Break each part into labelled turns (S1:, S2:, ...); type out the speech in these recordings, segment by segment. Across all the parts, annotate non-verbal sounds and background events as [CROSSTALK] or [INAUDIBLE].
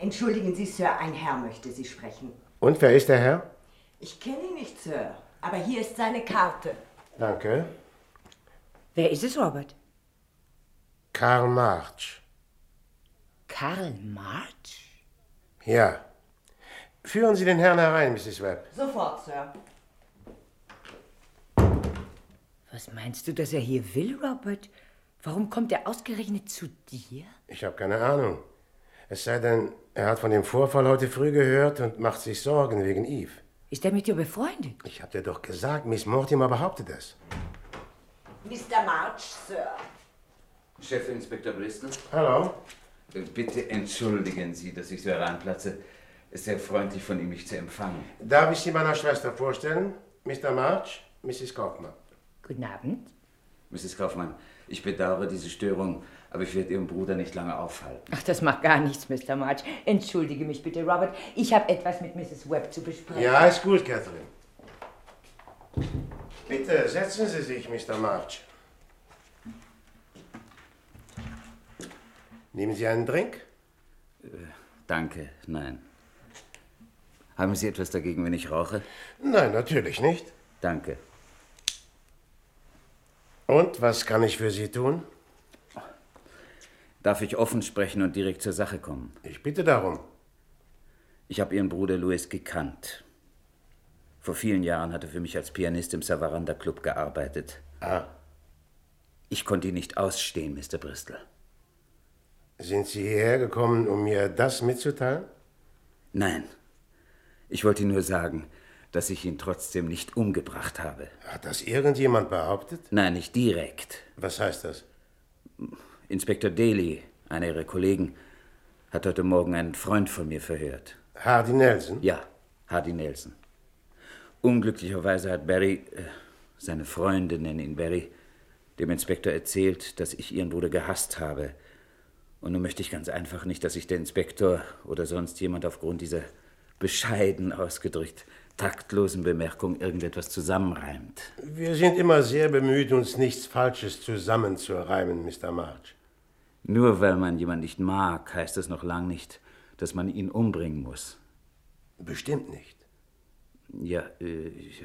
S1: Entschuldigen Sie, Sir, ein Herr möchte Sie sprechen.
S2: Und wer ist der Herr?
S1: Ich kenne ihn nicht, Sir, aber hier ist seine Karte.
S2: Danke.
S3: Wer ist es, Robert?
S2: Karl March.
S3: Karl March?
S2: Ja. Führen Sie den Herrn herein, Mrs. Webb.
S1: Sofort, Sir.
S3: Was meinst du, dass er hier will, Robert? Warum kommt er ausgerechnet zu dir?
S2: Ich habe keine Ahnung. Es sei denn, er hat von dem Vorfall heute früh gehört und macht sich Sorgen wegen Eve.
S3: Ist er mit dir befreundet?
S2: Ich habe dir doch gesagt, Miss Mortimer behauptet es.
S1: Mr. March, Sir.
S4: Chefinspektor Bristol, Äh,
S2: Hallo?
S4: bitte entschuldigen Sie, dass ich so hereinplatze. Es ist sehr freundlich von Ihnen, mich zu empfangen.
S2: Darf ich Sie meiner Schwester vorstellen? Mr. March, Mrs. Kaufmann.
S3: Guten Abend.
S4: Mrs. Kaufmann, ich bedauere diese Störung, aber ich werde Ihren Bruder nicht lange aufhalten.
S3: Ach, das macht gar nichts, Mr. March. Entschuldige mich bitte, Robert. Ich habe etwas mit Mrs. Webb zu besprechen.
S2: Ja, ist gut, Catherine. Bitte setzen Sie sich, Mr. March. Nehmen Sie einen Drink?
S4: Äh, Danke, nein. Haben Sie etwas dagegen, wenn ich rauche?
S2: Nein, natürlich nicht.
S4: Danke.
S2: Und was kann ich für Sie tun?
S4: Darf ich offen sprechen und direkt zur Sache kommen?
S2: Ich bitte darum.
S4: Ich habe Ihren Bruder Louis gekannt. Vor vielen Jahren hat er für mich als Pianist im Savaranda Club gearbeitet.
S2: Ah,
S4: Ich konnte ihn nicht ausstehen, Mr. Bristol.
S2: sind Sie hierher gekommen, um mir das mitzuteilen?
S4: Nein. Ich wollte nur sagen, dass ich ihn trotzdem nicht umgebracht habe.
S2: Hat das irgendjemand behauptet?
S4: Nein, nicht direkt.
S2: Was heißt das?
S4: Inspektor Daly, einer Ihrer Kollegen, hat heute Morgen einen Freund von mir verhört.
S2: Hardy Nelson?
S4: Ja, Hardy Nelson. Unglücklicherweise hat Barry, äh, seine Freunde nennen ihn Barry, dem Inspektor erzählt, dass ich ihren Bruder gehasst habe. Und nun möchte ich ganz einfach nicht, dass sich der Inspektor oder sonst jemand aufgrund dieser bescheiden ausgedrückt taktlosen Bemerkung irgendetwas zusammenreimt.
S2: Wir sind immer sehr bemüht, uns nichts Falsches zusammenzureimen, Mr. March.
S4: Nur weil man jemanden nicht mag, heißt es noch lang nicht, dass man ihn umbringen muss.
S2: Bestimmt nicht.
S4: Ja, äh, ich,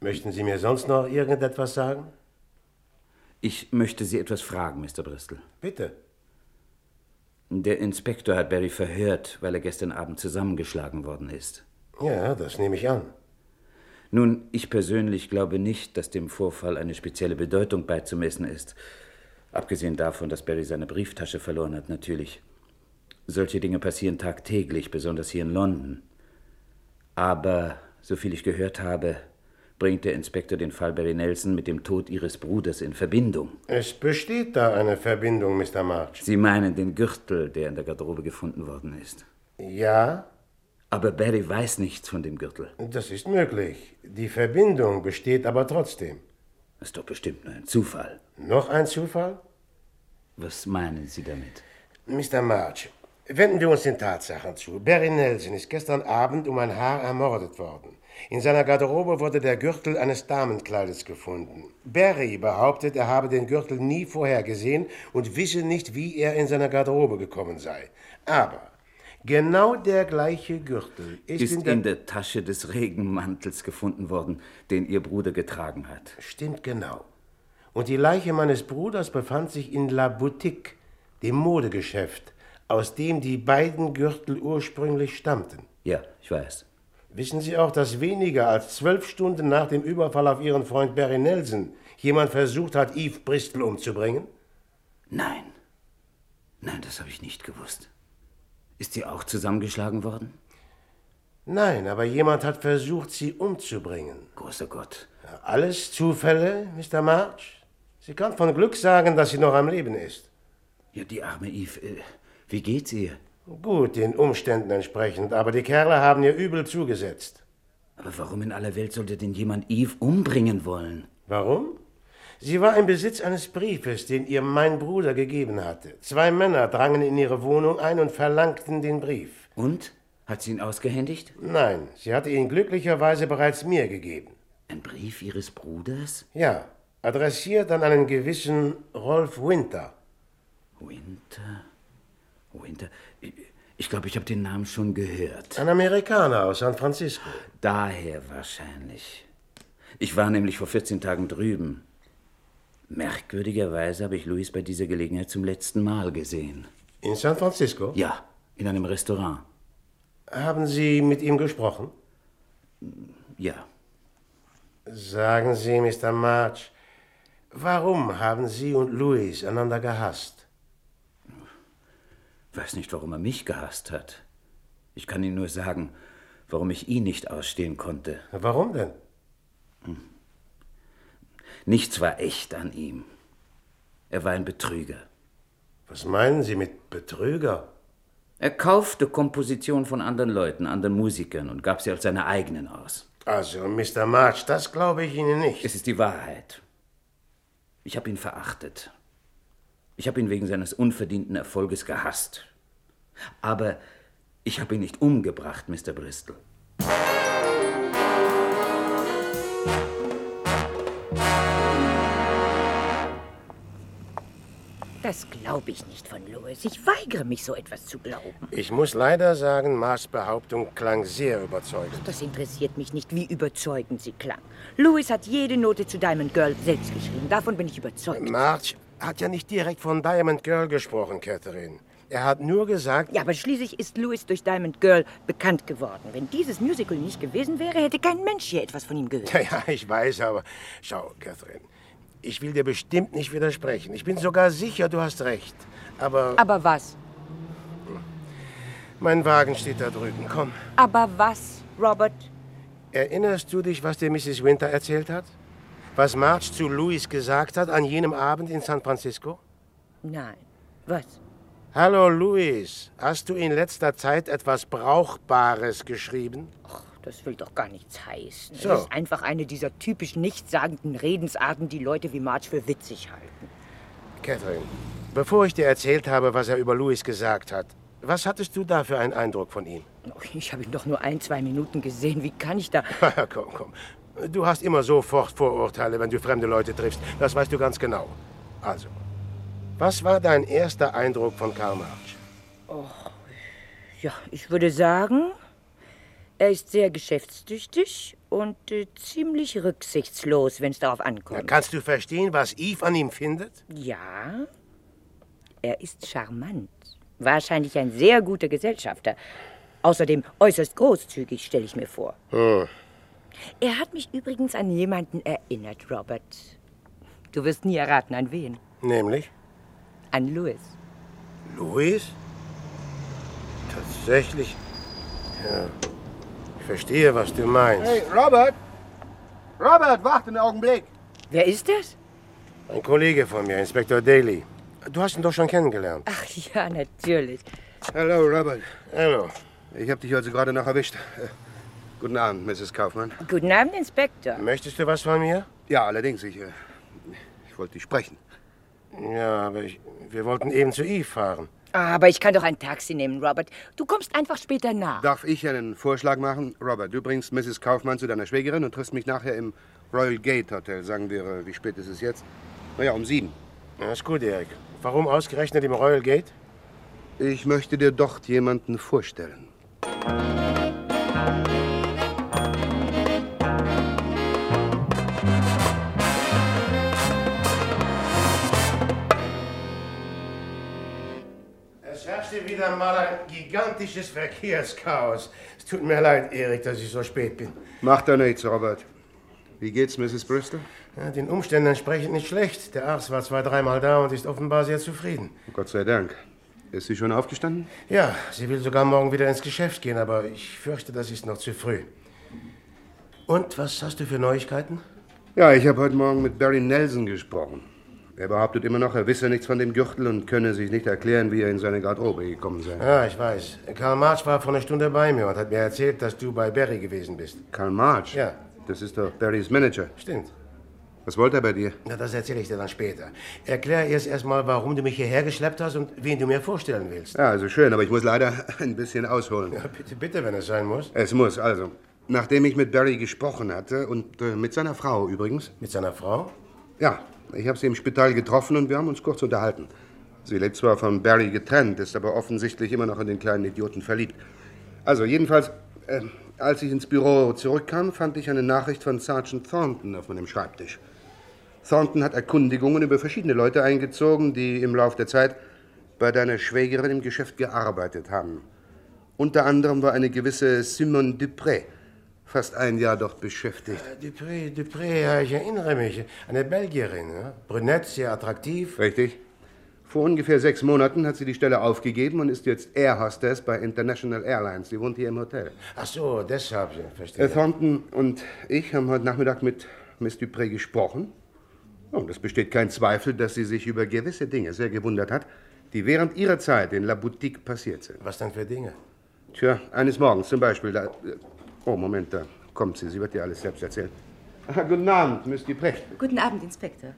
S2: Möchten Sie mir sonst noch irgendetwas sagen?
S4: ich möchte Sie etwas fragen, Mr. Bristol.
S2: Bitte.
S4: Der Inspektor hat Barry verhört, weil er gestern Abend zusammengeschlagen worden ist.
S2: Ja, das nehme ich an.
S4: Nun, ich persönlich glaube nicht, dass dem Vorfall eine spezielle Bedeutung beizumessen ist. Abgesehen davon, dass Barry seine Brieftasche verloren hat, natürlich. Solche Dinge passieren tagtäglich, besonders hier in London. Aber, soviel ich gehört habe, bringt der Inspektor den Fall Barry Nelson mit dem Tod ihres Bruders in Verbindung.
S2: Es besteht da eine Verbindung, Mr. March.
S4: Sie meinen den Gürtel, der in der Garderobe gefunden worden ist.
S2: Ja,
S4: Aber Barry weiß nichts von dem Gürtel.
S2: das ist möglich. Die Verbindung besteht aber trotzdem.
S4: Das ist doch bestimmt nur ein Zufall.
S2: Noch ein Zufall?
S4: Was meinen Sie damit?
S2: Mr. March, wenden wir uns den Tatsachen zu. Barry Nelson ist gestern Abend um ein Haar ermordet worden. In seiner Garderobe wurde der Gürtel eines Damenkleides gefunden. Barry behauptet, er habe den Gürtel nie vorher gesehen und wisse nicht, wie er in seine Garderobe gekommen sei. Aber genau der gleiche Gürtel ist,
S4: Ist
S2: in der...
S4: in der Tasche des Regenmantels gefunden worden, den Ihr Bruder getragen hat.
S2: Stimmt genau. Und die Leiche meines Bruders befand sich in La Boutique, dem Modegeschäft, aus dem die beiden Gürtel ursprünglich stammten.
S4: Ja, ich weiß.
S2: Wissen Sie auch, dass weniger als zwölf Stunden nach dem Überfall auf Ihren Freund Barry Nelson jemand versucht hat, Eve Bristol umzubringen?
S4: Nein. Nein, das habe ich nicht gewusst. Ist sie auch zusammengeschlagen worden?
S2: Nein, aber jemand hat versucht, sie umzubringen.
S4: Großer Gott.
S2: Alles Zufälle, Mr. March? Sie kann von Glück sagen, dass sie noch am Leben ist.
S4: Ja, die arme Eve. äh, Wie geht's ihr?
S2: Gut, den Umständen entsprechend, aber die Kerle haben ihr übel zugesetzt.
S4: Aber warum in aller Welt sollte denn jemand Eve umbringen wollen?
S2: Warum? Sie war im Besitz eines Briefes, den ihr mein Bruder gegeben hatte. Zwei Männer drangen in ihre Wohnung ein und verlangten den Brief.
S4: Und? Hat sie ihn ausgehändigt?
S2: Nein, sie hatte ihn glücklicherweise bereits mir gegeben.
S4: Ein Brief ihres Bruders?
S2: Ja, adressiert an einen gewissen Rolf Winter.
S4: Winter? Winter? Ich, Ich glaube, ich habe den Namen schon gehört.
S2: Ein Amerikaner aus San Francisco.
S4: Daher wahrscheinlich. Ich war nämlich vor 14 Tagen drüben. Merkwürdigerweise habe ich Luis bei dieser Gelegenheit zum letzten Mal gesehen.
S2: In San Francisco?
S4: Ja, in einem Restaurant.
S2: Haben Sie mit ihm gesprochen?
S4: Ja.
S2: Sagen Sie, Mr. March, warum haben Sie und Louis einander gehasst?
S4: Weiß nicht, warum er mich gehasst hat. Ich kann Ihnen nur sagen, warum ich ihn nicht ausstehen konnte. Hm.
S2: Warum denn?
S4: Nichts war echt an ihm. Er war ein Betrüger.
S2: Was meinen Sie mit Betrüger?
S4: Er kaufte Kompositionen von anderen Leuten, anderen Musikern und gab sie als seine eigenen aus.
S2: Also, Mr. March, das glaube ich Ihnen nicht.
S4: Es ist die Wahrheit. Ich habe ihn verachtet. Ich habe ihn wegen seines unverdienten Erfolges gehasst. Aber ich habe ihn nicht umgebracht, Mr. Bristol.
S3: Das glaube ich nicht von Louis. Ich weigere mich, so etwas zu glauben.
S2: Ich muss leider sagen, Mars Behauptung klang sehr überzeugend.
S3: Das interessiert mich nicht, wie überzeugend sie klang. Louis hat jede Note zu Diamond Girl selbst geschrieben. Davon bin ich überzeugt.
S2: March hat ja nicht direkt von Diamond Girl gesprochen, Catherine. Er hat nur gesagt,
S3: Ja, aber schließlich ist Louis durch Diamond Girl bekannt geworden. Wenn dieses Musical nicht gewesen wäre, hätte kein Mensch hier etwas von ihm gehört.
S2: Ja, [LAUGHS] ja, ich weiß, aber schau, Catherine, ich will dir bestimmt nicht widersprechen. Ich bin sogar sicher, du hast recht. Aber
S3: Aber was?
S2: mein Wagen steht da drüben. Komm.
S3: Aber was, Robert?
S2: Erinnerst du dich, was dir Mrs. Winter erzählt hat? Was Marge zu Louis gesagt hat an jenem Abend in San Francisco?
S3: Nein. Was?
S2: Hallo, Louis. Hast du in letzter Zeit etwas Brauchbares geschrieben?
S3: Ach, das will doch gar nichts heißen.
S2: So.
S3: Das ist einfach eine dieser typisch nichtssagenden Redensarten, die Leute wie Marge für witzig halten.
S2: Catherine, bevor ich dir erzählt habe, was er über Louis gesagt hat, was hattest du da für einen Eindruck von ihm?
S3: Ich habe ihn doch nur ein, zwei Minuten gesehen. Wie kann ich da...
S2: [LAUGHS] komm, komm. Du hast immer sofort Vorurteile, wenn du fremde Leute triffst. Das weißt du ganz genau. Also, was war dein erster Eindruck von Karl Marx?
S3: Ja, ich würde sagen, er ist sehr geschäftstüchtig und äh, ziemlich rücksichtslos, wenn es darauf ankommt.
S2: Kannst du verstehen, was Eve an ihm findet?
S3: Ja, er ist charmant. Wahrscheinlich ein sehr guter Gesellschafter. Außerdem äußerst großzügig, stelle ich mir vor.
S2: Oh,
S3: Er hat mich übrigens an jemanden erinnert, Robert. Du wirst nie erraten, an wen.
S2: Nämlich?
S3: An Louis.
S2: Louis? Tatsächlich? Ja. Ich verstehe, was du meinst.
S5: Hey, Robert! Robert, warte einen Augenblick!
S3: Wer ist das?
S2: Ein Kollege von mir, Inspektor Daly. Du hast ihn doch schon kennengelernt.
S3: Ach ja, natürlich.
S2: Oh,
S5: Hallo, Robert.
S2: Hallo.
S5: Ich habe dich also gerade noch erwischt. Äh, Guten Abend, Mrs. Kaufmann.
S3: Guten Abend, Inspektor.
S2: Möchtest du was von mir?
S5: Ja, allerdings, ich, äh, ich wollte dich sprechen.
S2: Ja, aber ich, wir wollten eben zu Eve fahren.
S3: Ah, Aber ich kann doch ein Taxi nehmen, Robert. Du kommst einfach später nach.
S5: Darf ich einen Vorschlag machen? Robert, du bringst Mrs. Kaufmann zu deiner Schwägerin und triffst mich nachher im Royal Gate Hotel. Sagen wir, äh, wie spät ist es jetzt? Naja, um sieben.
S2: Ja, ist gut, Erik. Warum ausgerechnet im Royal Gate?
S5: Ich möchte dir dort jemanden vorstellen.
S2: Es herrschte wieder mal ein gigantisches Verkehrschaos. Es tut mir leid, Erik, dass ich so spät bin.
S5: Macht doch nichts, Robert. Wie geht's, Mrs. Bristol?
S2: Ja, den Umständen entsprechend nicht schlecht. Der Arzt war zwei, dreimal da und ist offenbar sehr zufrieden.
S5: Oh, Gott sei Dank. Ist sie schon aufgestanden?
S2: Ja, sie will sogar morgen wieder ins Geschäft gehen, aber ich fürchte, das ist noch zu früh. Und was hast du für Neuigkeiten?
S5: Ja, ich habe heute Morgen mit Barry Nelson gesprochen. Er behauptet immer noch, er wisse nichts von dem Gürtel und könne sich nicht erklären, wie er in seine Garderobe gekommen sei.
S2: Ja, ich weiß. Karl Marx war vor einer Stunde bei mir und hat mir erzählt, dass du bei Barry gewesen bist.
S5: Karl March?
S2: Ja.
S5: Das ist doch Barrys Manager.
S2: Stimmt.
S5: Was wollte er bei dir?
S2: Na, das erzähle ich dir dann später. Erklär erst erstmal, warum du mich hierher geschleppt hast und wen du mir vorstellen willst.
S5: Ja, also schön, aber ich muss leider [LAUGHS] ein bisschen ausholen.
S2: Ja, bitte, bitte, wenn es sein muss.
S5: Es muss, also. Nachdem ich mit Barry gesprochen hatte und äh, mit seiner Frau übrigens.
S2: Mit seiner Frau?
S5: Ja, ich habe sie im Spital getroffen und wir haben uns kurz unterhalten. Sie lebt zwar von Barry getrennt, ist aber offensichtlich immer noch in den kleinen Idioten verliebt. Also, jedenfalls, äh, als ich ins Büro zurückkam, fand ich eine Nachricht von Sergeant Thornton auf meinem Schreibtisch. Thornton hat Erkundigungen über verschiedene Leute eingezogen, die im Lauf der Zeit bei deiner Schwägerin im Geschäft gearbeitet haben. Unter anderem war eine gewisse Simone Dupré fast ein Jahr dort beschäftigt.
S2: Dupré, Äh, Dupré, ja, ich erinnere mich. Eine Belgierin, ja? brünett, sehr attraktiv.
S5: Richtig. Vor ungefähr sechs Monaten hat sie die Stelle aufgegeben und ist jetzt Air Hostess bei International Airlines. Sie wohnt hier im Hotel.
S2: Ach so, Oh, deshalb, ja,
S5: Herr
S2: verstehe.
S5: Äh, Thornton und ich haben heute Nachmittag mit Miss Dupré gesprochen. Und es besteht kein Zweifel, dass sie sich über gewisse Dinge sehr gewundert hat, die während ihrer Zeit in La Boutique passiert sind.
S2: Was denn für Dinge?
S5: Tja, eines Morgens zum Beispiel, da... Oh, Moment, da kommt sie. Sie wird dir alles selbst erzählen. Ah, guten Abend, Miss Dupré.
S6: Guten Abend, Inspektor.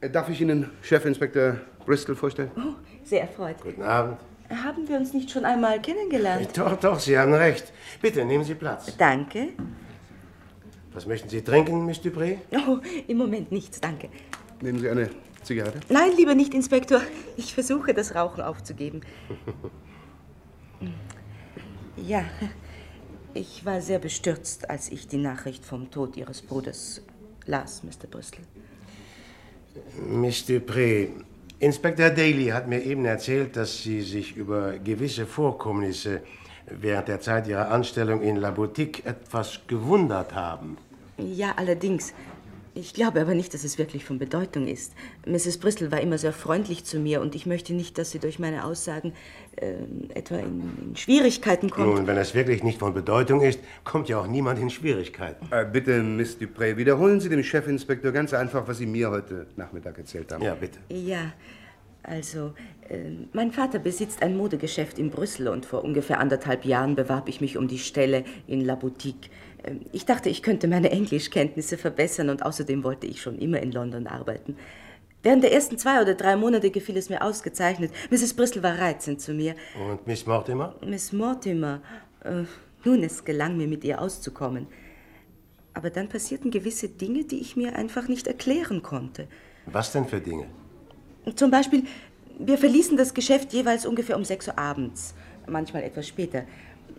S5: Äh, Darf ich Ihnen Chefinspektor Bristol vorstellen?
S6: Oh, sehr erfreut.
S2: Guten Abend.
S6: Haben wir uns nicht schon einmal kennengelernt?
S2: Doch, doch, Sie haben recht. Bitte, nehmen Sie Platz.
S6: Danke.
S2: Was möchten Sie trinken, Miss Dupré?
S6: Oh, im Moment nichts, danke.
S5: Nehmen Sie eine Zigarette?
S6: Nein, lieber nicht, Inspektor. Ich versuche, das Rauchen
S2: [LAUGHS]
S6: aufzugeben. Ja, ich war sehr bestürzt, als ich die Nachricht vom Tod Ihres Bruders las, Mr. Bristol.
S2: Miss Dupré, Inspektor Daly hat mir eben erzählt, dass Sie sich über gewisse Vorkommnisse während der Zeit Ihrer Anstellung in La Boutique etwas gewundert haben.
S6: Ja, allerdings. Ich glaube aber nicht, dass es wirklich von Bedeutung ist. Mrs. Bristol war immer sehr freundlich zu mir und ich möchte nicht, dass sie durch meine Aussagen ähm, etwa in, in Schwierigkeiten kommt.
S2: Nun, wenn es wirklich nicht von Bedeutung ist, kommt ja auch niemand in Schwierigkeiten.
S5: Äh, bitte, Miss Dupré, wiederholen Sie dem Chefinspektor ganz einfach, was Sie mir heute Nachmittag erzählt haben.
S2: Ja, bitte.
S6: Ja, also, ähm, mein Vater besitzt ein Modegeschäft in Brüssel und vor ungefähr anderthalb Jahren bewarb ich mich um die Stelle in La Boutique. Ähm, ich dachte, ich könnte meine Englischkenntnisse verbessern und außerdem wollte ich schon immer in London arbeiten. Während der ersten zwei oder drei Monate gefiel es mir ausgezeichnet. Mrs. Bristol war reizend zu mir.
S2: Und Miss Mortimer?
S6: Miss Mortimer, äh, nun, es gelang mir, mit ihr auszukommen. Aber dann passierten gewisse Dinge, die ich mir einfach nicht erklären konnte.
S2: Was denn für Dinge?
S6: Zum Beispiel, wir verließen das Geschäft jeweils ungefähr um 6 Uhr abends, manchmal etwas später.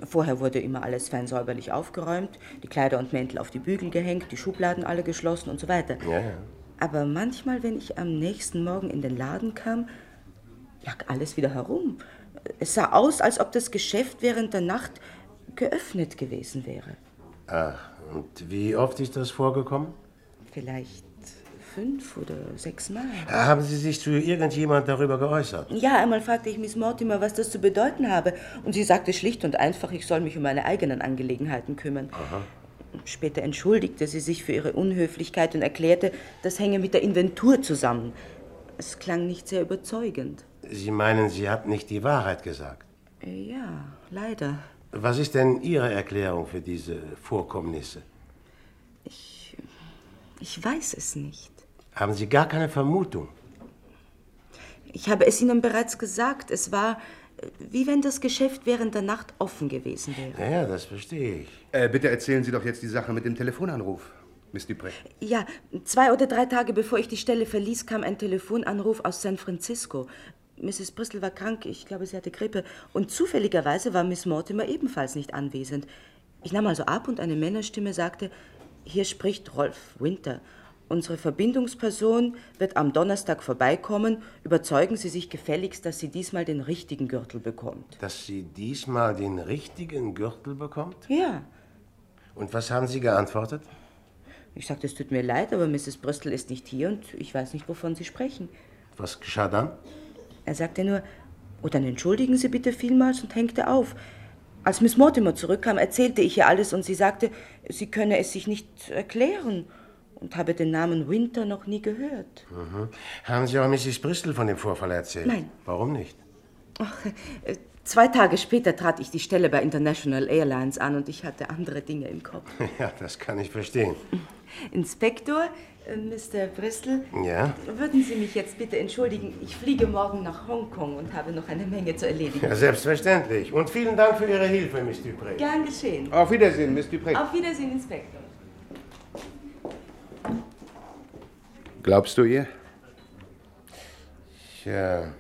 S6: Vorher wurde immer alles fein säuberlich aufgeräumt, die Kleider und Mäntel auf die Bügel gehängt, die Schubladen alle geschlossen und so weiter.
S2: Ja, ja.
S6: Aber manchmal, wenn ich am nächsten Morgen in den Laden kam, lag alles wieder herum. Es sah aus, als ob das Geschäft während der Nacht geöffnet gewesen wäre.
S2: Ach, Ah, und wie oft ist das vorgekommen?
S6: Vielleicht fünf oder sechs Mal.
S2: Ah, Haben Sie sich zu irgendjemand darüber geäußert?
S6: Ja, einmal fragte ich Miss Mortimer, was das zu bedeuten habe, und sie sagte schlicht und einfach, ich soll mich um meine eigenen Angelegenheiten kümmern. Später entschuldigte sie sich für ihre Unhöflichkeit und erklärte, das hänge mit der Inventur zusammen. Es klang nicht sehr überzeugend.
S2: Sie meinen, sie hat nicht die Wahrheit gesagt.
S6: Äh, Ja, leider.
S2: Was ist denn Ihre Erklärung für diese Vorkommnisse?
S6: Ich weiß es nicht.
S2: Haben Sie gar keine Vermutung?
S6: Ich habe es Ihnen bereits gesagt, es war äh, wie wenn das Geschäft während der Nacht offen gewesen wäre.
S2: Naja, das verstehe ich.
S5: Äh, bitte erzählen Sie doch jetzt die Sache mit dem Telefonanruf, Miss Dupré.
S6: Ja, zwei oder drei Tage bevor ich die Stelle verließ, kam ein Telefonanruf aus San Francisco. Mrs. Bristol war krank, ich glaube, sie hatte Grippe. Und zufälligerweise war Miss Mortimer ebenfalls nicht anwesend. Ich nahm also ab und eine Männerstimme sagte, hier spricht Rolf Winter. Unsere Verbindungsperson wird am Donnerstag vorbeikommen. Überzeugen Sie sich gefälligst, dass sie diesmal den richtigen Gürtel bekommt.
S2: Dass sie diesmal den richtigen Gürtel bekommt?
S6: Ja,
S2: Und was haben Sie geantwortet?
S6: ich sagte, es tut mir leid, aber Mrs. Bristol ist nicht hier und ich weiß nicht, wovon Sie sprechen.
S2: Was geschah dann?
S6: Er sagte nur, oh, dann entschuldigen Sie bitte vielmals und hängte auf. Als Miss Mortimer zurückkam, erzählte ich ihr alles und sie sagte, sie könne es sich nicht erklären und habe den Namen Winter noch nie gehört.
S2: Mhm. Haben Sie auch Mrs. Bristol von dem Vorfall erzählt?
S6: Nein.
S2: Warum nicht?
S6: Ach, äh, zwei Tage später trat ich die Stelle bei International Airlines an und ich hatte andere Dinge im Kopf.
S2: [LAUGHS] Ja, das kann ich verstehen.
S6: Inspektor, äh, Mr. Bristol,
S2: Ja?
S6: würden Sie mich jetzt bitte entschuldigen? Ich fliege morgen nach Hongkong und habe noch eine Menge zu erledigen.
S2: Ja, selbstverständlich. Und vielen Dank für Ihre Hilfe, Miss Dupré.
S6: Gern geschehen.
S5: Auf Wiedersehen, Miss Dupré.
S6: Auf Wiedersehen, Inspektor.
S5: Glaubst du ihr?
S2: Tja,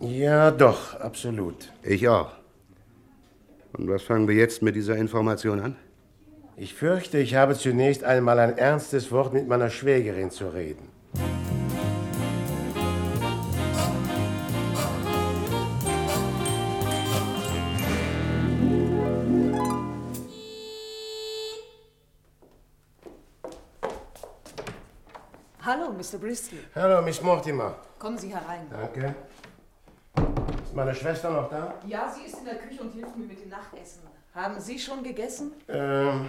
S2: Ja, doch, absolut.
S5: Ich auch. Und was fangen wir jetzt mit dieser Information an?
S2: Ich fürchte, ich habe zunächst einmal ein ernstes Wort mit meiner Schwägerin zu reden.
S7: Hallo, Mr. Bristol.
S2: Hallo, Miss Mortimer.
S7: Kommen Sie herein.
S2: Danke. Ist meine Schwester noch da?
S7: Ja, sie ist in der Küche und hilft mir mit dem Nachtessen. Haben Sie schon gegessen?
S2: Ähm,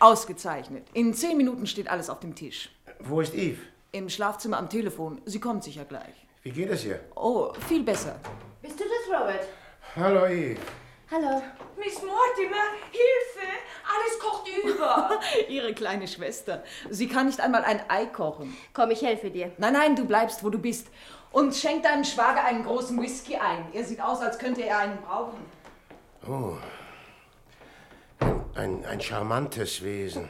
S7: Ausgezeichnet. In zehn Minuten steht alles auf dem Tisch.
S2: wo ist Eve?
S7: Im Schlafzimmer am Telefon. Sie kommt sicher gleich.
S2: Wie geht es ihr?
S7: Oh, viel besser.
S8: Bist du das, Robert?
S2: Hallo, Eve.
S8: Hallo.
S9: Miss Mortimer, Hilfe! Alles kocht über!
S7: [LAUGHS] Ihre kleine Schwester. Sie kann nicht einmal ein Ei kochen.
S8: Komm, ich helfe dir.
S7: Nein, nein, du bleibst, wo du bist. Und schenk deinem Schwager einen großen Whisky ein. Er sieht aus, als könnte er einen brauchen.
S2: Oh. Ein, ein charmantes Wesen.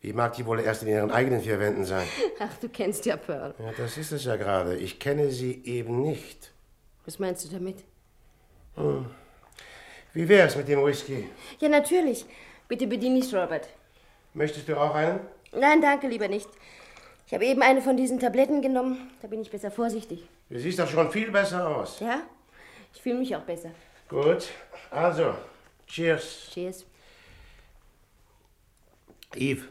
S2: Wie mag die wohl erst in ihren eigenen vier Wänden sein?
S8: Ach, du kennst ja Pearl.
S2: Ja, das ist es ja gerade. Ich kenne sie eben nicht. Hm.
S8: Was meinst du damit?
S2: Wie wär's mit dem Whisky?
S8: Ja, natürlich. Bitte bediene dich, Robert.
S2: Möchtest du auch einen?
S8: Nein, danke, lieber nicht. Ich habe eben eine von diesen Tabletten genommen. Da bin ich besser vorsichtig.
S2: Du siehst doch schon viel besser aus.
S8: Ja? Ich fühle mich auch besser.
S2: Gut, also, cheers.
S8: Cheers.
S2: Eve,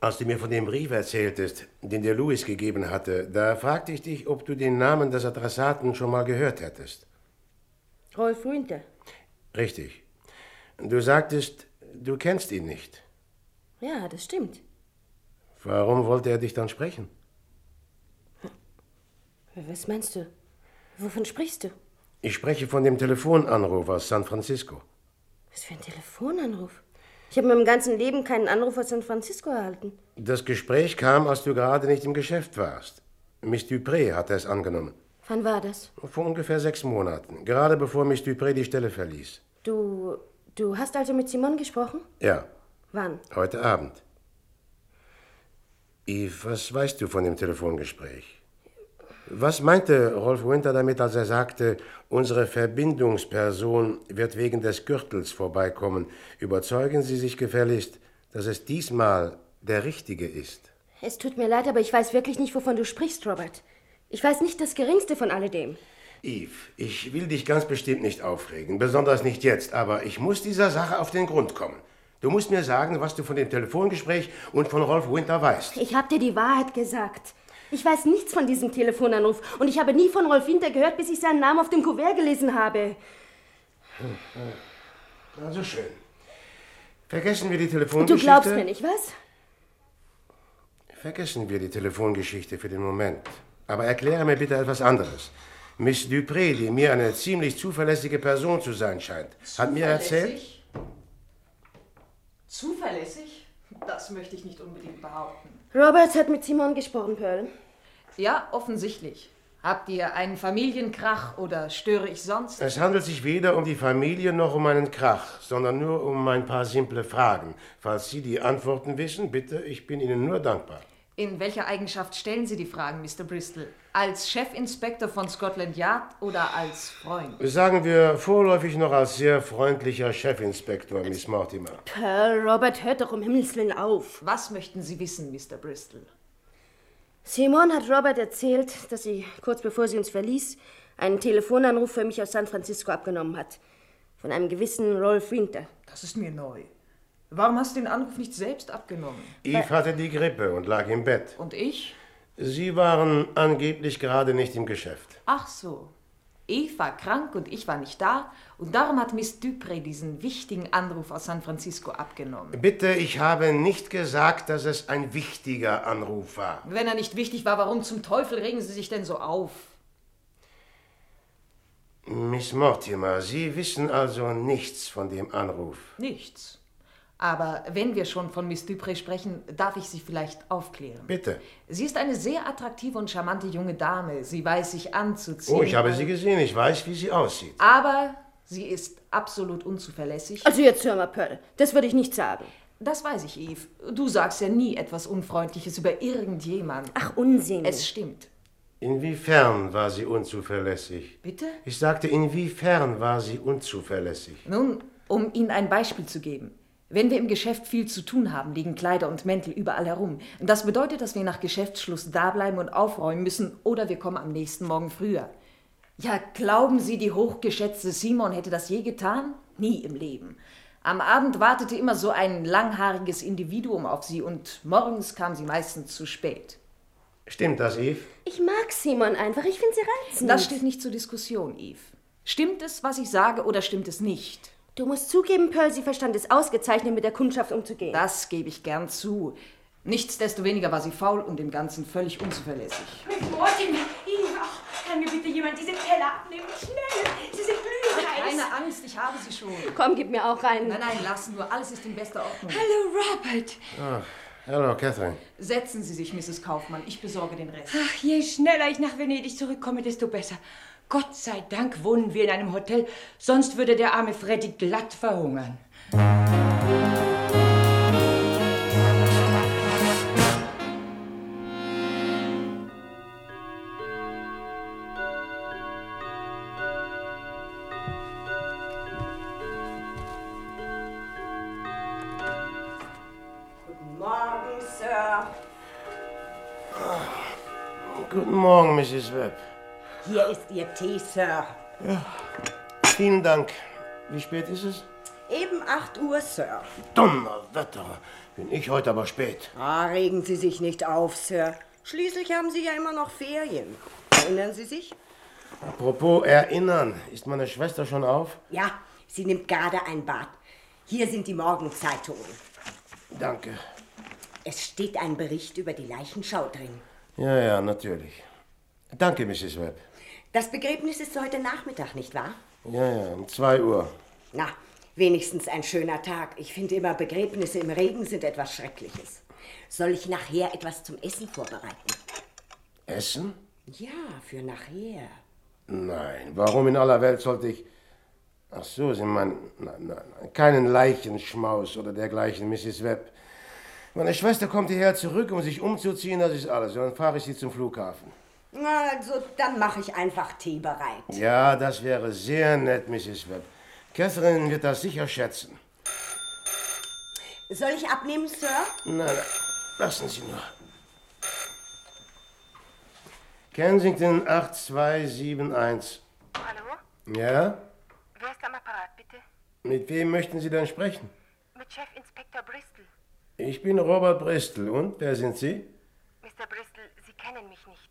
S2: als du mir von dem Brief erzähltest, den der Louis gegeben hatte, da fragte ich dich, ob du den Namen des Adressaten schon mal gehört hättest.
S8: Rolf Winter.
S2: Richtig. Du sagtest, du kennst ihn nicht.
S8: Ja, das stimmt.
S2: Warum wollte er dich dann sprechen?
S8: Was meinst du? Wovon sprichst du?
S2: Ich spreche von dem Telefonanruf aus San Francisco.
S8: Was für ein Telefonanruf? Ich habe in meinem ganzen Leben keinen Anruf aus San Francisco erhalten.
S2: Das Gespräch kam, als du gerade nicht im Geschäft warst. Miss Dupré hatte es angenommen.
S8: Wann war das?
S2: Vor ungefähr sechs Monaten, gerade bevor Miss Dupré die Stelle verließ.
S8: Du. Du hast also mit Simon gesprochen?
S2: Ja,
S8: Wann?
S2: heute Abend. Yves, was weißt du von dem Telefongespräch? Was meinte Rolf Winter damit, als er sagte, unsere Verbindungsperson wird wegen des Gürtels vorbeikommen? Überzeugen Sie sich gefälligst, dass es diesmal der Richtige ist.
S8: Es tut mir leid, aber ich weiß wirklich nicht, wovon du sprichst, Robert. Ich weiß nicht das Geringste von alledem.
S2: Eve, ich will dich ganz bestimmt nicht aufregen, besonders nicht jetzt, aber ich muss dieser Sache auf den Grund kommen. Du musst mir sagen, was du von dem Telefongespräch und von Rolf Winter weißt.
S8: Ich habe dir die Wahrheit gesagt. Ich weiß nichts von diesem Telefonanruf und ich habe nie von Rolf Winter gehört, bis ich seinen Namen auf dem Kuvert gelesen habe.
S2: Also schön. Vergessen wir die Telefongeschichte.
S8: Du glaubst mir nicht, was?
S2: Vergessen wir die Telefongeschichte für den Moment. Aber erkläre mir bitte etwas anderes. Miss Dupré, die mir eine ziemlich zuverlässige Person zu sein scheint, hat mir erzählt.
S7: Zuverlässig? Zuverlässig? Das möchte ich nicht unbedingt behaupten.
S8: Robert hat mit Simon gesprochen, Pearl.
S7: Ja, offensichtlich. Habt ihr einen Familienkrach oder störe ich sonst?
S2: Es handelt sich weder um die Familie noch um einen Krach, sondern nur um ein paar simple Fragen. Falls Sie die Antworten wissen, bitte, ich bin Ihnen nur dankbar.
S7: In welcher Eigenschaft stellen Sie die Fragen, Mr. Bristol? Als Chefinspektor von Scotland Yard oder als Freund?
S2: Sagen wir vorläufig noch als sehr freundlicher Chefinspektor, Miss Mortimer.
S8: Pearl, Robert, hört doch um Himmels Willen auf.
S7: Was möchten Sie wissen, Mr. Bristol?
S8: Simon hat Robert erzählt, dass sie, kurz bevor sie uns verließ, einen Telefonanruf für mich aus San Francisco abgenommen hat. Von einem gewissen Rolf Winter.
S7: Das ist mir neu. Warum hast du den Anruf nicht selbst abgenommen?
S2: Eve hatte die Grippe und lag im Bett.
S7: Und ich?
S2: Sie waren angeblich gerade nicht im Geschäft.
S7: Ach so. Eve war krank und ich war nicht da und darum hat Miss Dupré diesen wichtigen Anruf aus San Francisco abgenommen.
S2: Bitte, ich habe nicht gesagt, dass es ein wichtiger Anruf war.
S7: Wenn er nicht wichtig war, warum zum Teufel regen Sie sich denn so auf?
S2: Miss Mortimer, Sie wissen also nichts von dem Anruf.
S7: Nichts. Aber wenn wir schon von Miss Dupré sprechen, darf ich Sie vielleicht aufklären.
S2: Bitte.
S7: Sie ist eine sehr attraktive und charmante junge Dame. Sie weiß sich anzuziehen.
S2: Oh, ich habe sie gesehen, ich weiß, wie sie aussieht.
S7: Aber sie ist absolut unzuverlässig.
S8: Also jetzt hör mal, Pearl. Das würde ich nicht sagen.
S7: Das weiß ich, Eve. Du sagst ja nie etwas Unfreundliches über irgendjemand.
S8: Ach, Unsinn.
S7: Es stimmt.
S2: Inwiefern war sie unzuverlässig?
S7: Bitte?
S2: Ich sagte, inwiefern war sie unzuverlässig?
S7: Nun, um Ihnen ein Beispiel zu geben. Wenn wir im Geschäft viel zu tun haben, liegen Kleider und Mäntel überall herum. Und Das bedeutet, dass wir nach Geschäftsschluss da bleiben und aufräumen müssen oder wir kommen am nächsten Morgen früher. Ja, glauben Sie, die hochgeschätzte Simon hätte das je getan? Nie im Leben. Am Abend wartete immer so ein langhaariges Individuum auf sie und morgens kam sie meistens zu spät.
S2: Stimmt das, Eve?
S8: Ich mag Simon einfach. Ich finde sie reizend.
S7: Das steht nicht zur Diskussion, Eve. Stimmt es, was ich sage, oder stimmt es nicht?
S8: Du musst zugeben, Pearl, sie verstand es ausgezeichnet, mit der Kundschaft umzugehen.
S7: Das gebe ich gern zu. Nichtsdestoweniger war sie faul und im Ganzen völlig unzuverlässig.
S9: Mortimer, Eve, ach, kann mir bitte jemand diese Teller abnehmen? Schnell, sie sind glühheiß.
S7: Keine Angst, ich habe sie schon.
S8: Komm, gib mir auch einen.
S7: Nein, nein, lass nur, alles ist in bester Ordnung.
S9: Hallo, Robert.
S2: Ach, hallo, Catherine.
S7: Setzen Sie sich, Mrs. Kaufmann, ich besorge den Rest.
S9: Ach, je schneller ich nach Venedig zurückkomme, desto besser. Gott sei Dank wohnen wir in einem Hotel, sonst würde der arme Freddy glatt verhungern.
S1: Guten Morgen, Sir.
S2: Guten Morgen, Mrs. Webb.
S1: Hier ist Ihr Tee, Sir.
S2: Vielen Dank. Wie spät ist es?
S1: Eben 8 Uhr, Sir.
S2: Donnerwetter. Bin ich heute aber spät.
S1: Ah, regen Sie sich nicht auf, Sir. Schließlich haben Sie ja immer noch Ferien. Erinnern Sie sich?
S2: Apropos erinnern. Ist meine Schwester schon auf?
S1: Ja, sie nimmt gerade ein Bad. Hier sind die Morgenzeitungen.
S2: Danke.
S1: Es steht ein Bericht über die Leichenschau drin.
S2: Ja, ja, natürlich. Danke, Mrs. Webb.
S1: Das Begräbnis ist heute Nachmittag, nicht wahr?
S2: Ja, ja, um 2 Uhr.
S1: Na, wenigstens ein schöner Tag. Ich finde immer, Begräbnisse im Regen sind etwas Schreckliches. Soll ich nachher etwas zum Essen vorbereiten?
S2: Essen?
S1: Ja, für nachher.
S2: Nein, warum in aller Welt sollte ich. Ach so, Sie meinen. Nein, nein, nein. Keinen Leichenschmaus oder dergleichen, Mrs. Webb. Meine Schwester kommt hierher zurück, um sich umzuziehen, das ist alles. Und dann fahre ich sie zum Flughafen.
S1: Na, Also, dann mache ich einfach Tee bereit.
S2: Ja, das wäre sehr nett, Mrs. Webb. Catherine wird das sicher schätzen.
S1: Soll ich abnehmen, Sir?
S2: Nein, nein, lassen Sie nur. Kensington 8271.
S10: Hallo?
S2: Ja?
S10: Wer ist am Apparat, bitte?
S2: Mit wem möchten Sie denn sprechen?
S10: Mit Chefinspektor Bristol.
S2: Ich bin Robert Bristol. Und wer sind Sie?
S10: Mr. Bristol, Sie kennen mich nicht.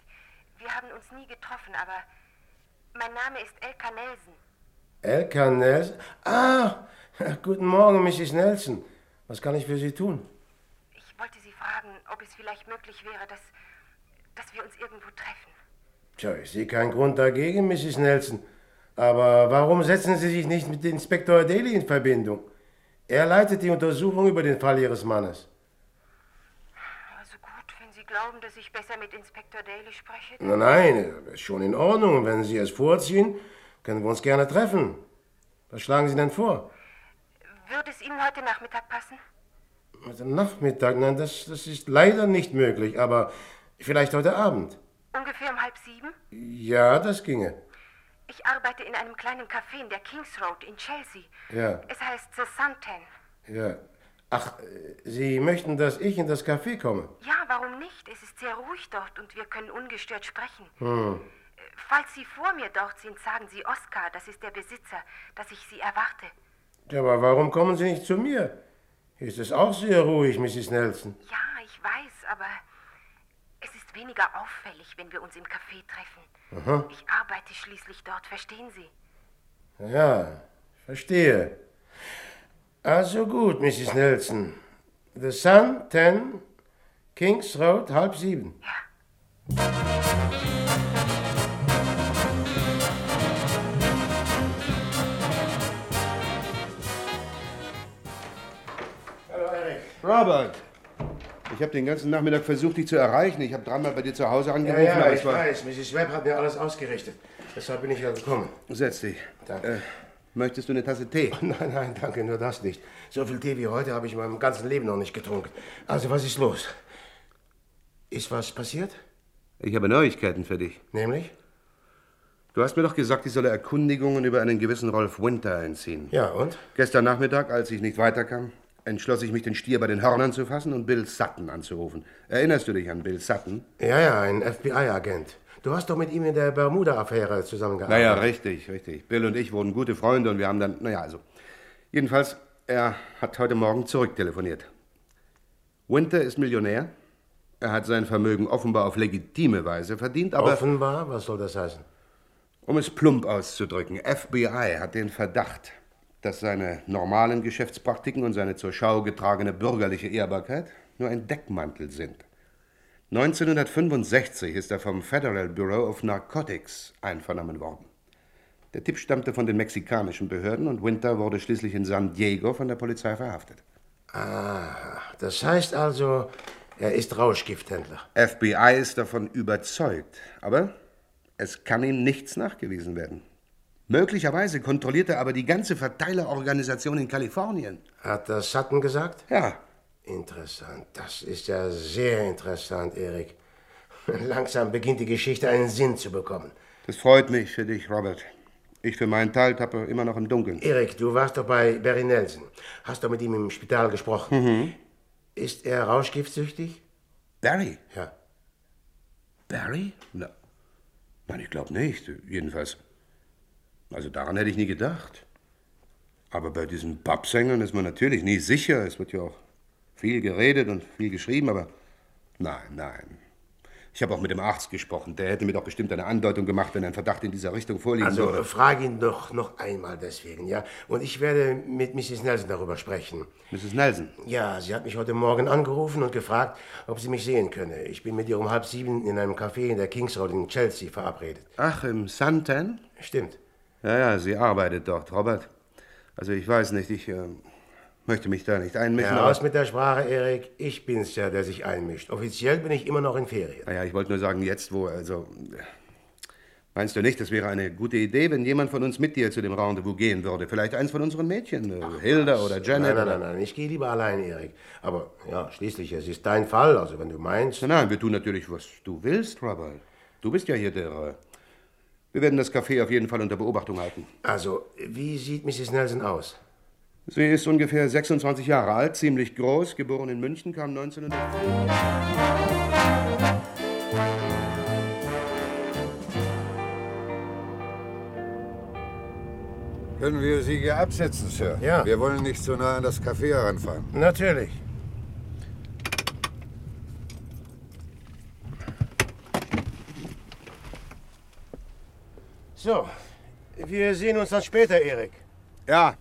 S10: Wir haben uns nie getroffen, aber mein Name ist Elka Nelson.
S2: Elka Nelson? Ah, guten Morgen, Mrs. Nelson. Was kann ich für Sie tun?
S10: Ich wollte Sie fragen, ob es vielleicht möglich wäre, dass, dass wir uns irgendwo treffen.
S2: Tja, ich sehe keinen Grund dagegen, Mrs. Nelson. Aber warum setzen Sie sich nicht mit Inspektor Daly in Verbindung? Er leitet die Untersuchung über den Fall Ihres Mannes.
S10: Also gut, wenn Sie glauben, dass ich besser mit Inspektor Daly spreche.
S2: Na, Nein, ist schon in Ordnung. Wenn Sie es vorziehen, können wir uns gerne treffen. Was schlagen Sie denn vor?
S10: Würde es Ihnen heute Nachmittag passen?
S2: Heute Also Nachmittag? Nein, das, das ist leider nicht möglich, aber vielleicht heute Abend.
S10: Ungefähr um halb sieben?
S2: Ja, das ginge.
S10: Ich arbeite in einem kleinen Café in der Kings Road in Chelsea.
S2: Ja.
S10: Es heißt The Suntan.
S2: Ja. Ach, äh, Sie möchten, dass ich in das Café komme?
S10: Ja, warum nicht? Es ist sehr ruhig dort und wir können ungestört sprechen.
S2: Hm.
S10: Äh, Falls Sie vor mir dort sind, sagen Sie Oskar, das ist der Besitzer, dass ich Sie erwarte.
S2: Ja, aber warum kommen Sie nicht zu mir? Hier Ist es auch sehr ruhig, Mrs. Nelson?
S10: Ja, ich weiß, aber es ist weniger auffällig, wenn wir uns im Café treffen.
S2: Aha.
S10: Ich arbeite schließlich dort, verstehen Sie?
S2: Ja, verstehe. Also gut, Mrs. Nelson. The Sun, 10, Kings Road, halb sieben. Hallo, Eric.
S5: Robert! Ich habe den ganzen Nachmittag versucht, dich zu erreichen. Ich habe dreimal bei dir zu Hause
S2: Ja,
S5: angerufen,
S2: ja,
S5: aber
S2: ich
S5: es war...
S2: weiß. Mrs. Webb hat mir alles ausgerichtet. Deshalb bin ich ja gekommen. [LAUGHS]
S5: Setz dich.
S2: Danke.
S5: Äh, möchtest du eine Tasse [LAUGHS] Tee?
S2: Nein, nein, danke, nur das nicht. So viel Tee wie heute habe ich in meinem ganzen Leben noch nicht getrunken. Also, was ist los? Ist was passiert?
S5: Ich habe Neuigkeiten für dich.
S2: Nämlich?
S5: Du hast mir doch gesagt, ich solle Erkundigungen über einen gewissen Rolf Winter einziehen.
S2: Ja, und?
S5: Gestern Nachmittag, als ich nicht weiterkam, entschloss ich mich, den Stier bei den Hörnern zu fassen und Bill Sutton anzurufen. Erinnerst du dich an Bill Sutton?
S2: Ja, ja, ein FBI-Agent. Du hast doch mit ihm in der Bermuda-Affäre zusammengearbeitet.
S5: Naja, richtig, richtig. Bill und ich wurden gute Freunde und wir haben dann, naja, also. Jedenfalls, er hat heute Morgen zurücktelefoniert. Winter ist Millionär. Er hat sein Vermögen offenbar auf legitime Weise verdient, aber.
S2: Offenbar, was soll das heißen?
S5: Um es plump auszudrücken, FBI hat den Verdacht, dass seine normalen Geschäftspraktiken und seine zur Schau getragene bürgerliche Ehrbarkeit nur ein Deckmantel sind. 1965 ist er vom Federal Bureau of Narcotics einvernommen worden. Der Tipp stammte von den mexikanischen Behörden und Winter wurde schließlich in San Diego von der Polizei verhaftet.
S2: Ah, das heißt also, er ist Rauschgifthändler.
S5: FBI ist davon überzeugt, aber es kann ihm nichts nachgewiesen werden. Möglicherweise kontrolliert er aber die ganze Verteilerorganisation in Kalifornien.
S2: Hat das Sutton gesagt?
S5: Ja.
S2: Interessant. Das ist ja sehr interessant, Erik. [LAUGHS] Langsam beginnt die Geschichte einen Sinn zu bekommen.
S5: Das freut mich für dich, Robert. Ich für meinen Teil tappe immer noch im Dunkeln.
S2: Erik, du warst doch bei Barry Nelson. Hast doch mit ihm im Spital gesprochen.
S5: Mhm.
S2: Ist er rauschgiftsüchtig?
S5: Barry?
S2: Ja.
S5: Barry? Na, nein, ich glaube nicht. Jedenfalls. Also daran hätte ich nie gedacht. Aber bei diesen Babsängern ist man natürlich nie sicher. Es wird ja auch viel geredet und viel geschrieben, aber nein, nein. Ich habe auch mit dem Arzt gesprochen. Der hätte mir doch bestimmt eine Andeutung gemacht, wenn ein Verdacht in dieser Richtung vorliegen
S2: Also
S5: würde.
S2: frage ihn doch noch einmal deswegen, ja? Und ich werde mit Mrs. Nelson darüber sprechen.
S5: Mrs. Nelson?
S2: Ja, sie hat mich heute Morgen angerufen und gefragt, ob sie mich sehen könne. Ich bin mit ihr um halb sieben in einem Café in der Kings Road in Chelsea verabredet.
S5: Ach, im Suntan?
S2: Stimmt.
S5: Ja, ja, sie arbeitet dort, Robert. Also ich weiß nicht, ich ähm, möchte mich da nicht einmischen.
S2: Ja,
S5: aber-
S2: aus mit der Sprache, Erik. Ich bin's ja, der sich einmischt. Offiziell bin ich immer noch in Ferien.
S5: Naja, ich wollte nur sagen, jetzt wo, also. äh, Meinst du nicht, das wäre eine gute Idee, wenn jemand von uns mit dir zu dem Rendezvous gehen würde? Vielleicht eins von unseren Mädchen, äh, Hilda oder Janet?
S2: Nein, nein, nein,
S5: oder-
S2: nein. Ich gehe lieber allein, Erik. Aber ja, schließlich, es ist dein Fall. Also, wenn du meinst.
S5: Nein, nein, wir tun natürlich, was du willst, Robert. Du bist ja hier der. äh, Wir werden das Café auf jeden Fall unter Beobachtung halten.
S2: Also, wie sieht Mrs. Nelson aus?
S5: Sie ist ungefähr 26 Jahre alt, ziemlich groß, geboren in München, kam 1900.
S11: Können wir Sie hier absetzen, Sir?
S2: Ja.
S11: Wir wollen nicht zu nah an das Café heranfahren.
S2: Natürlich. So, wir sehen uns dann später, Erik.
S5: Ja,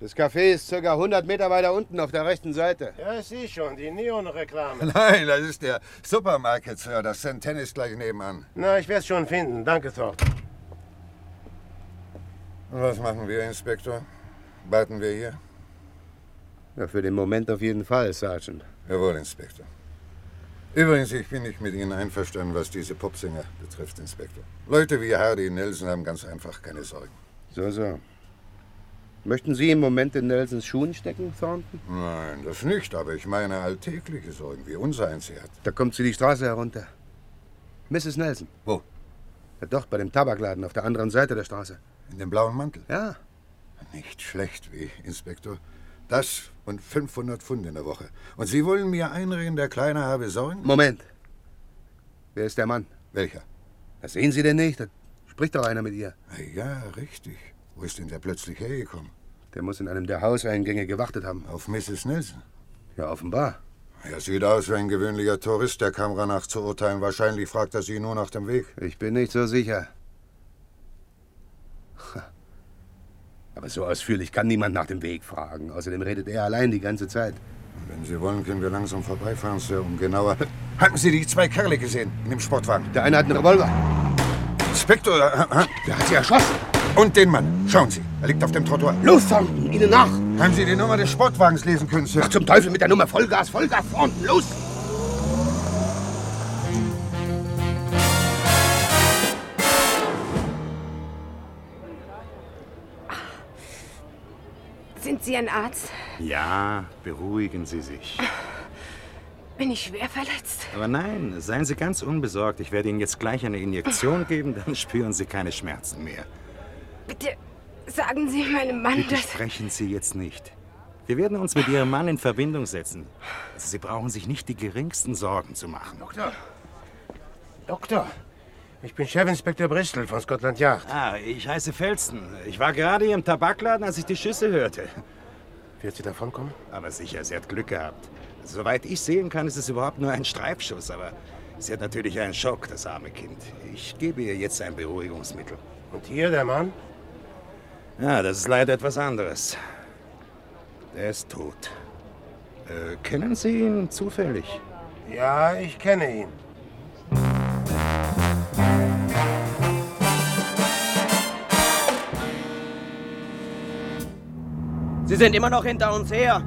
S5: das Café ist ca. 100 Meter weiter unten auf der rechten Seite.
S2: Ja, ich sehe schon, die Neonreklame.
S11: [LAUGHS] Nein, das ist der Supermarket, Sir. Das Centen ist gleich nebenan.
S2: Na, ich werde es schon finden. Danke, Thorpe.
S11: Und was machen wir, Inspektor? Warten wir hier?
S5: Ja, für den Moment auf jeden Fall, Sergeant.
S11: Jawohl, Inspektor. Übrigens, ich bin nicht mit Ihnen einverstanden, was diese Popsinger betrifft, Inspektor. Leute wie Hardy Nelson haben ganz einfach keine Sorgen.
S5: So, so. Möchten Sie im Moment in Nelsons Schuhen stecken, Thornton?
S11: Nein, das nicht, aber ich meine alltägliche Sorgen, wie unser eins hier hat.
S5: Da kommt sie die Straße herunter. Mrs. Nelson.
S11: Wo?
S5: Ja, doch, bei dem Tabakladen auf der anderen Seite der Straße.
S11: In dem blauen Mantel?
S5: Ja.
S11: Nicht schlecht, wie, Inspektor. Das und 500 Pfund in der Woche. Und Sie wollen mir einreden, der Kleine habe Sorgen?
S5: Moment. Wer ist der Mann?
S11: Welcher?
S5: Das sehen Sie denn nicht? Da spricht doch einer mit ihr.
S11: Na Ja, richtig. Wo ist denn der plötzlich hergekommen?
S5: Der muss in einem der Hauseingänge gewartet haben.
S11: Auf Mrs. Nelson?
S5: Ja, offenbar.
S11: Er sieht aus wie ein gewöhnlicher Tourist, der Kamera nach zu urteilen. Wahrscheinlich fragt er sie nur nach dem Weg.
S5: Ich bin nicht so sicher. [LAUGHS] Aber so ausführlich kann niemand nach dem Weg fragen. Außerdem redet er allein die ganze Zeit.
S11: Wenn Sie wollen, können wir langsam vorbeifahren, Sir, um genauer... [LAUGHS] Haben Sie die zwei Kerle gesehen in dem Sportwagen?
S5: Der eine hat einen Revolver.
S11: Inspektor, äh, äh,
S5: Der hat sie erschossen.
S11: und den Mann. Schauen Sie, er liegt auf dem Trottoir.
S5: Los, Thornton, ihnen nach!
S11: Haben Sie die Nummer des Sportwagens lesen können, Sir?
S5: Ach, zum Teufel mit der Nummer. Vollgas, Vollgas, Thornton, los!
S8: Sind Sie ein Arzt?
S12: Ja, beruhigen Sie sich.
S10: Bin ich schwer verletzt?
S12: Aber nein, seien Sie ganz unbesorgt. Ich werde Ihnen jetzt gleich eine Injektion geben, dann spüren Sie keine Schmerzen mehr.
S10: Bitte sagen Sie meinem Mann
S12: Bitte
S10: das.
S12: sprechen Sie jetzt nicht. Wir werden uns mit Ihrem Mann in Verbindung setzen. Also Sie brauchen sich nicht die geringsten Sorgen zu machen.
S2: Doktor. Doktor. Ich bin Chefinspektor Bristol von Scotland Yard.
S12: Ah, ich heiße Felsten. Ich war gerade hier im Tabakladen, als ich die Schüsse hörte.
S2: Wird sie davonkommen?
S12: Aber sicher, sie hat Glück gehabt. Soweit ich sehen kann, ist es überhaupt nur ein Streifschuss, aber sie hat natürlich einen Schock, das arme Kind. Ich gebe ihr jetzt ein Beruhigungsmittel.
S2: Und hier der Mann?
S12: Ja, das ist leider etwas anderes. Er ist tot. Äh, kennen Sie ihn zufällig?
S2: Ja, ich kenne ihn.
S13: Sie sind immer noch hinter uns her.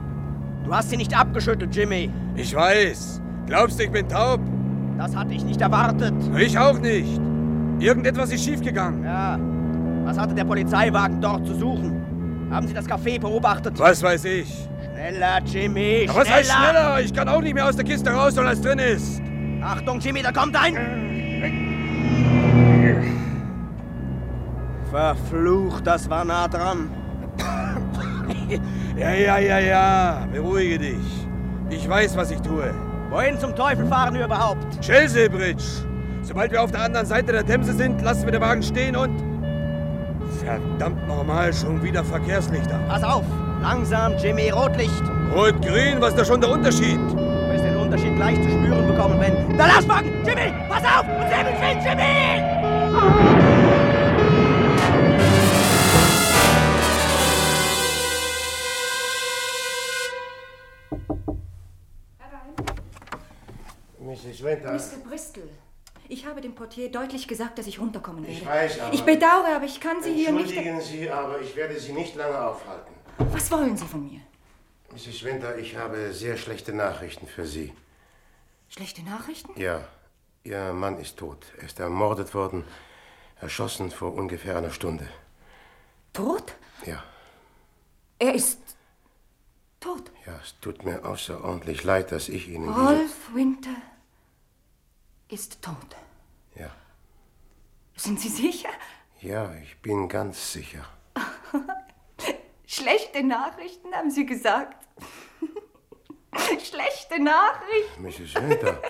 S13: Du hast sie nicht abgeschüttelt, Jimmy.
S14: Ich weiß. Glaubst du, ich bin taub?
S13: Das hatte ich nicht erwartet.
S14: Ich auch nicht. Irgendetwas ist schiefgegangen.
S13: Ja. Was hatte der Polizeiwagen dort zu suchen? Haben Sie das Café beobachtet?
S14: Was weiß ich?
S13: Schneller, Jimmy,
S14: Aber was
S13: schneller!
S14: heißt schneller? Ich kann auch nicht mehr aus der Kiste raus, als drin ist.
S13: Achtung, Jimmy, da kommt ein... Verflucht, das war nah dran.
S14: Ja, ja, ja, ja. Beruhige dich. Ich weiß, was ich tue.
S13: Wohin zum Teufel fahren wir überhaupt?
S14: Chelsea Bridge. Sobald wir auf der anderen Seite der Themse sind, lassen wir den Wagen stehen und... Verdammt nochmal, schon wieder Verkehrslichter.
S13: Pass auf, langsam, Jimmy, Rotlicht.
S14: Rot-Grün, was ist da schon der Unterschied?
S13: Du wirst den Unterschied gleich zu spüren bekommen, wenn... Der Lastwagen! Jimmy, pass auf! Und Himmels Willen, Jimmy!
S2: Mrs. Winter.
S15: Mr. Bristol, ich habe dem Portier deutlich gesagt, dass ich runterkommen werde.
S2: Ich weiß, aber-
S15: Ich bedauere, aber ich kann Sie hier nicht...
S2: Entschuldigen Sie, aber ich werde Sie nicht lange aufhalten.
S15: Was wollen Sie von mir?
S2: Mrs. Winter, ich habe sehr schlechte Nachrichten für Sie.
S15: Schlechte Nachrichten?
S2: Ja, Ihr Mann ist tot. Er ist ermordet worden, erschossen vor ungefähr einer Stunde.
S15: Tot?
S2: Ja,
S15: Er ist tot.
S2: ja, es tut mir außerordentlich leid, dass ich Ihnen diese...
S15: Rolf Winter ist tot.
S2: Ja.
S15: Sind Sie sicher?
S2: Ja, ich bin ganz sicher.
S15: Schlechte Nachrichten, haben Sie gesagt. [LAUGHS] Schlechte Nachrichten.
S2: Mrs. Winter.